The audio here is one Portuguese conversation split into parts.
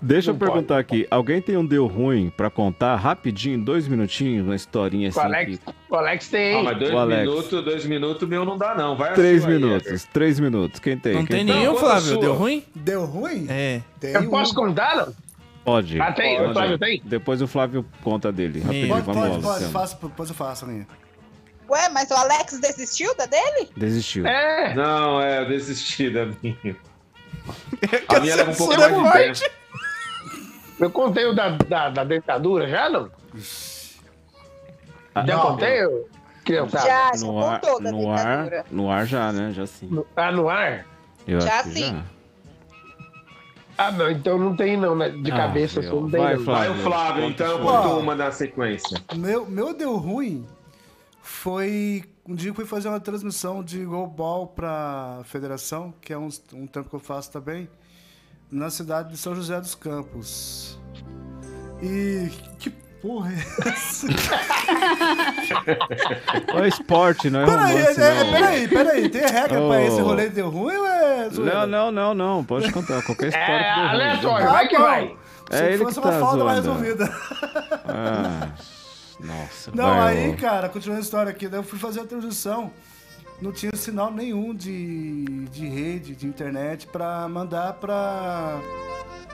Deixa eu perguntar aqui, alguém tem um deu ruim pra contar rapidinho, dois minutinhos, uma historinha O assim? Alex, que- o Alex tem. Ah, mas dois O Alex. minutos, dois minutos, meu não dá, não. Vai a Três sua aí, Ever. minutos, três minutos. Quem tem? Não Quem tem Não, nenhum, conta Flávio? sua. Deu ruim? Deu ruim? É. Tem eu um. posso contá-lo? Pode. Ah, tem? Pode. O Flávio tem? Depois o Flávio conta dele. Rapidinho, Pode, vamos lá, pode, pode. Luciano. Faça, depois eu faço, Aninha. Ué, mas o Alex desistiu da dele? Desistiu. É. Não, é, eu desisti da minha. A minha leva um pouco censura mais de tempo. Eu contei o da, da, da dentadura já, não? já contei? o- Que eu tava. já, já No ar, contou da no, ar, ditadura. no ar já, né? Já sim. No- Ah, no ar? Eu Já acho que sim. Ah, não, então não tem não, né? De Ah, cabeça meu. assim, não tem Vai, não. Vai o Flávio, então eu conto uma na sequência. Meu, meu deu ruim foi. Um dia que eu fui fazer uma transmissão de goalball pra federação, que é um, um tempo que eu faço também, na cidade de São José dos Campos. E. Que porra é essa? É esporte, não é peraí, romance, é- é- não. peraí, peraí, tem regra pra Oh. esse rolê deu ruim ou é. zoeira? Não, não, não, não. Pode contar. Qualquer história. É, que deu ruim. aleatório, vai que bom. vai. Se É ele fosse que uma tá falta mais zoando. resolvida. Ah, nossa. Não, vai, aí, ô. cara, continuando a história aqui, daí eu fui fazer a transmissão. Não tinha sinal nenhum de, de rede, de internet, pra mandar pra,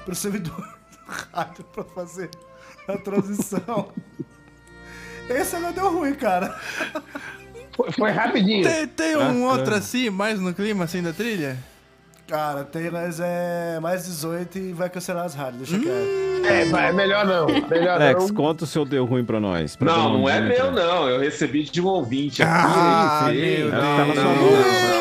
pro servidor do rádio pra fazer a transição. Esse agora deu ruim, cara. Foi, foi rapidinho. Tem, tem um outro assim, mais no clima, assim, da trilha? Cara, tem mais, é, mais 18 e vai cancelar as rádios, deixa quieto. É, vai, melhor não. Melhor Alex, não. conta o seu deu ruim pra nós. pra todo Não, não mundo né? é entrar. meu, não. Eu recebi de um ouvinte aqui. Ah, sim. meu Não, Deus. não, não, Hum,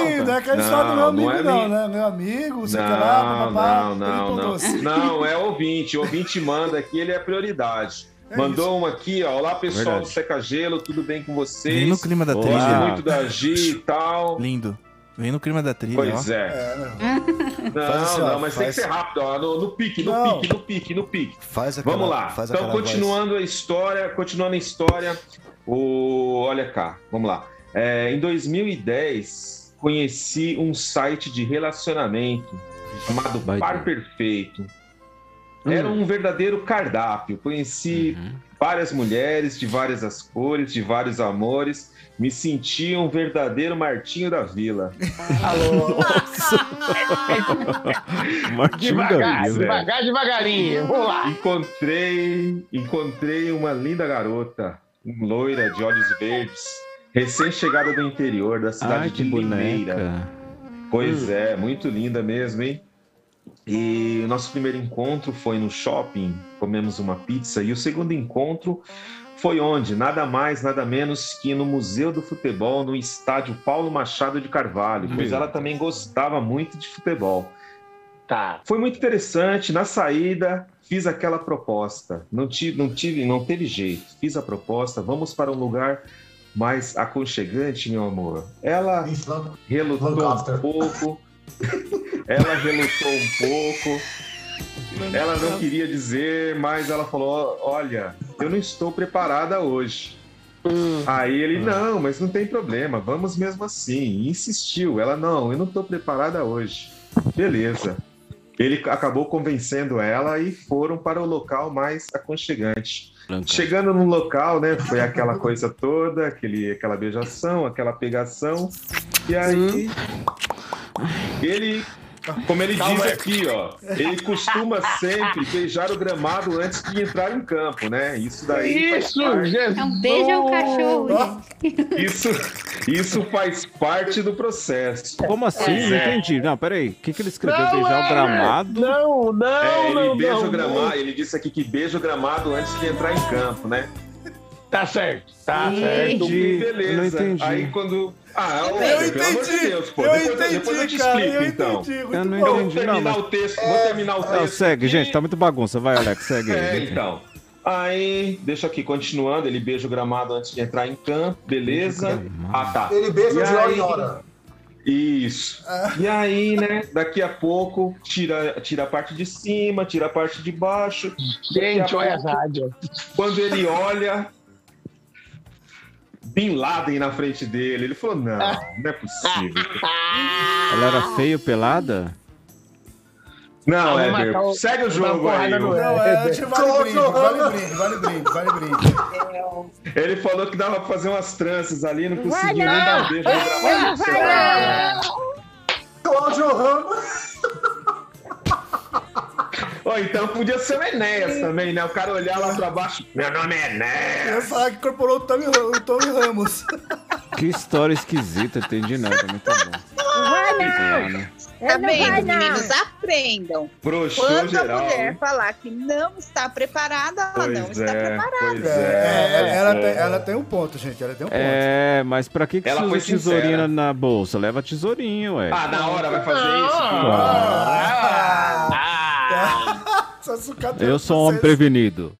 não. Ih, não é aquela Não, história do meu não amigo, é não, minha. né? Meu amigo, sei que lá, Não, papapá, não, pão não, não. doce. Não, é ouvinte. O ouvinte manda aqui, ele é prioridade. Mandou um aqui, ó. Olá, pessoal Verdade. do Seca Gelo, tudo bem com Vem no né? vocês? clima da Olá. Gosto trilha. muito da G e tal. Lindo. Vem no clima da trilha, ó. Pois é. É, não. Não, Faz assim, ó, não, mas tem que faz- ser rápido, ó. No, no pique, no Não. pique, no pique, no pique. Faz aquela, Vamos lá. Faz então, aquela continuando a história, continuando a história, o... olha cá, vamos lá. É, em 2010, conheci um site de relacionamento chamado Vai ter. Par Perfeito. Hum. Era um verdadeiro cardápio. Conheci várias mulheres de várias as cores, de vários amores. Me senti um verdadeiro Martinho da Vila. Alô. Martinho Devagar, Gabriel. devagar, devagarinho. Vamos lá. Encontrei, encontrei uma linda garota, um loira de olhos verdes, recém-chegada do interior da cidade Ai, de que Limeira. boneca. Hum. Pois é, muito linda mesmo, hein? E o nosso primeiro encontro foi no shopping, comemos uma pizza, e o segundo encontro foi onde? Nada mais, nada menos que no Museu do Futebol, no estádio Paulo Machado de Carvalho, pois Meu ela também gostava muito de futebol. Tá. Foi muito interessante. Na saída, fiz aquela proposta. Não tive, não tive, não teve jeito. Fiz a proposta. Vamos para um lugar mais aconchegante, meu amor. Ela voz. relutou Lancaster. um pouco. ela relutou um pouco. Ela não queria dizer, mas ela falou: "Olha, eu não estou preparada hoje". Aí ele: "Não, mas não tem problema, vamos mesmo assim". E insistiu. Ela: "Não, eu não estou preparada hoje". Beleza. Ele acabou convencendo ela e foram para o local mais aconchegante. Chegando no local, né? Foi aquela coisa toda, aquele, aquela beijação, aquela pegação. E aí. Ele. Como ele diz aqui, ó, ele costuma sempre beijar o gramado antes de entrar em campo, né? Isso daí. faz Isso, parte- Jesus. É um beijo ao cachorro, gente. Isso, isso faz parte do processo. Como assim? Não é. entendi. Não, peraí. O que, que ele escreveu? Não, Beijar o é. gramado? Não, não, É, ele não, beija não, o gramado, ele disse aqui que beija o gramado antes de entrar em campo, né? Tá certo, tá Ih. certo. Entendi, beleza. eu não entendi. Aí quando. Ah, ô, Eu Weber, pelo amor de entendi, Deus, pô. eu depois, entendi, depois eu te cara, explico, eu então. entendi, Ah, muito Eu não bom. Eu vou entendi, terminar não, mas- o texto, vou terminar o texto. Não, segue, aqui. gente. Tá muito bagunça. Vai, Alex. Segue. É, aí. então. Aí, deixa aqui, continuando, ele beija o gramado antes de entrar em campo, beleza? Ah, tá. Ele beija E de hora aí? em hora. Isso. Ah. E aí, né, daqui a pouco, tira, tira a parte de cima, tira a parte de baixo. Gente, olha a rádio. Quando ele olha, Bin Laden na frente dele. Ele falou, não, não é possível. Ela era feia, pelada? Não, Vamos Éder, matar o- segue o dar jogo uma aí. porrada no Não, é, a gente vale brinde, vale brinde, vale brinde, vale brinde. Ele falou que dava pra fazer umas tranças ali, não Vai conseguiu não. nem dar um beijo. Não vai não. Cláudio Ramos. Ó, então podia ser o Enéas também, né? O cara olhar lá pra baixo. Meu nome é Eu Enéas. ia falar que incorporou o Tommy, Ram- o Tommy Ramos. Que história esquisita, entendi nada, muito bom. Vai não. Muito bom, né? Eu Tá não vai vendo? não. Meninos, aprendam. Broxou Quando geral. a mulher hein? falar que não está preparada, ela Pois não está é, preparada. pois É, é. ela- ela, tem, ela tem um ponto, gente. Ela tem um ponto. É, mas pra que, que Ela você foi usa sincera. tesourinha na bolsa? Leva tesourinha, ué. Ah, na hora vai fazer isso? Ah, Ah, Ah. essa sucata- eu sou um homem prevenido.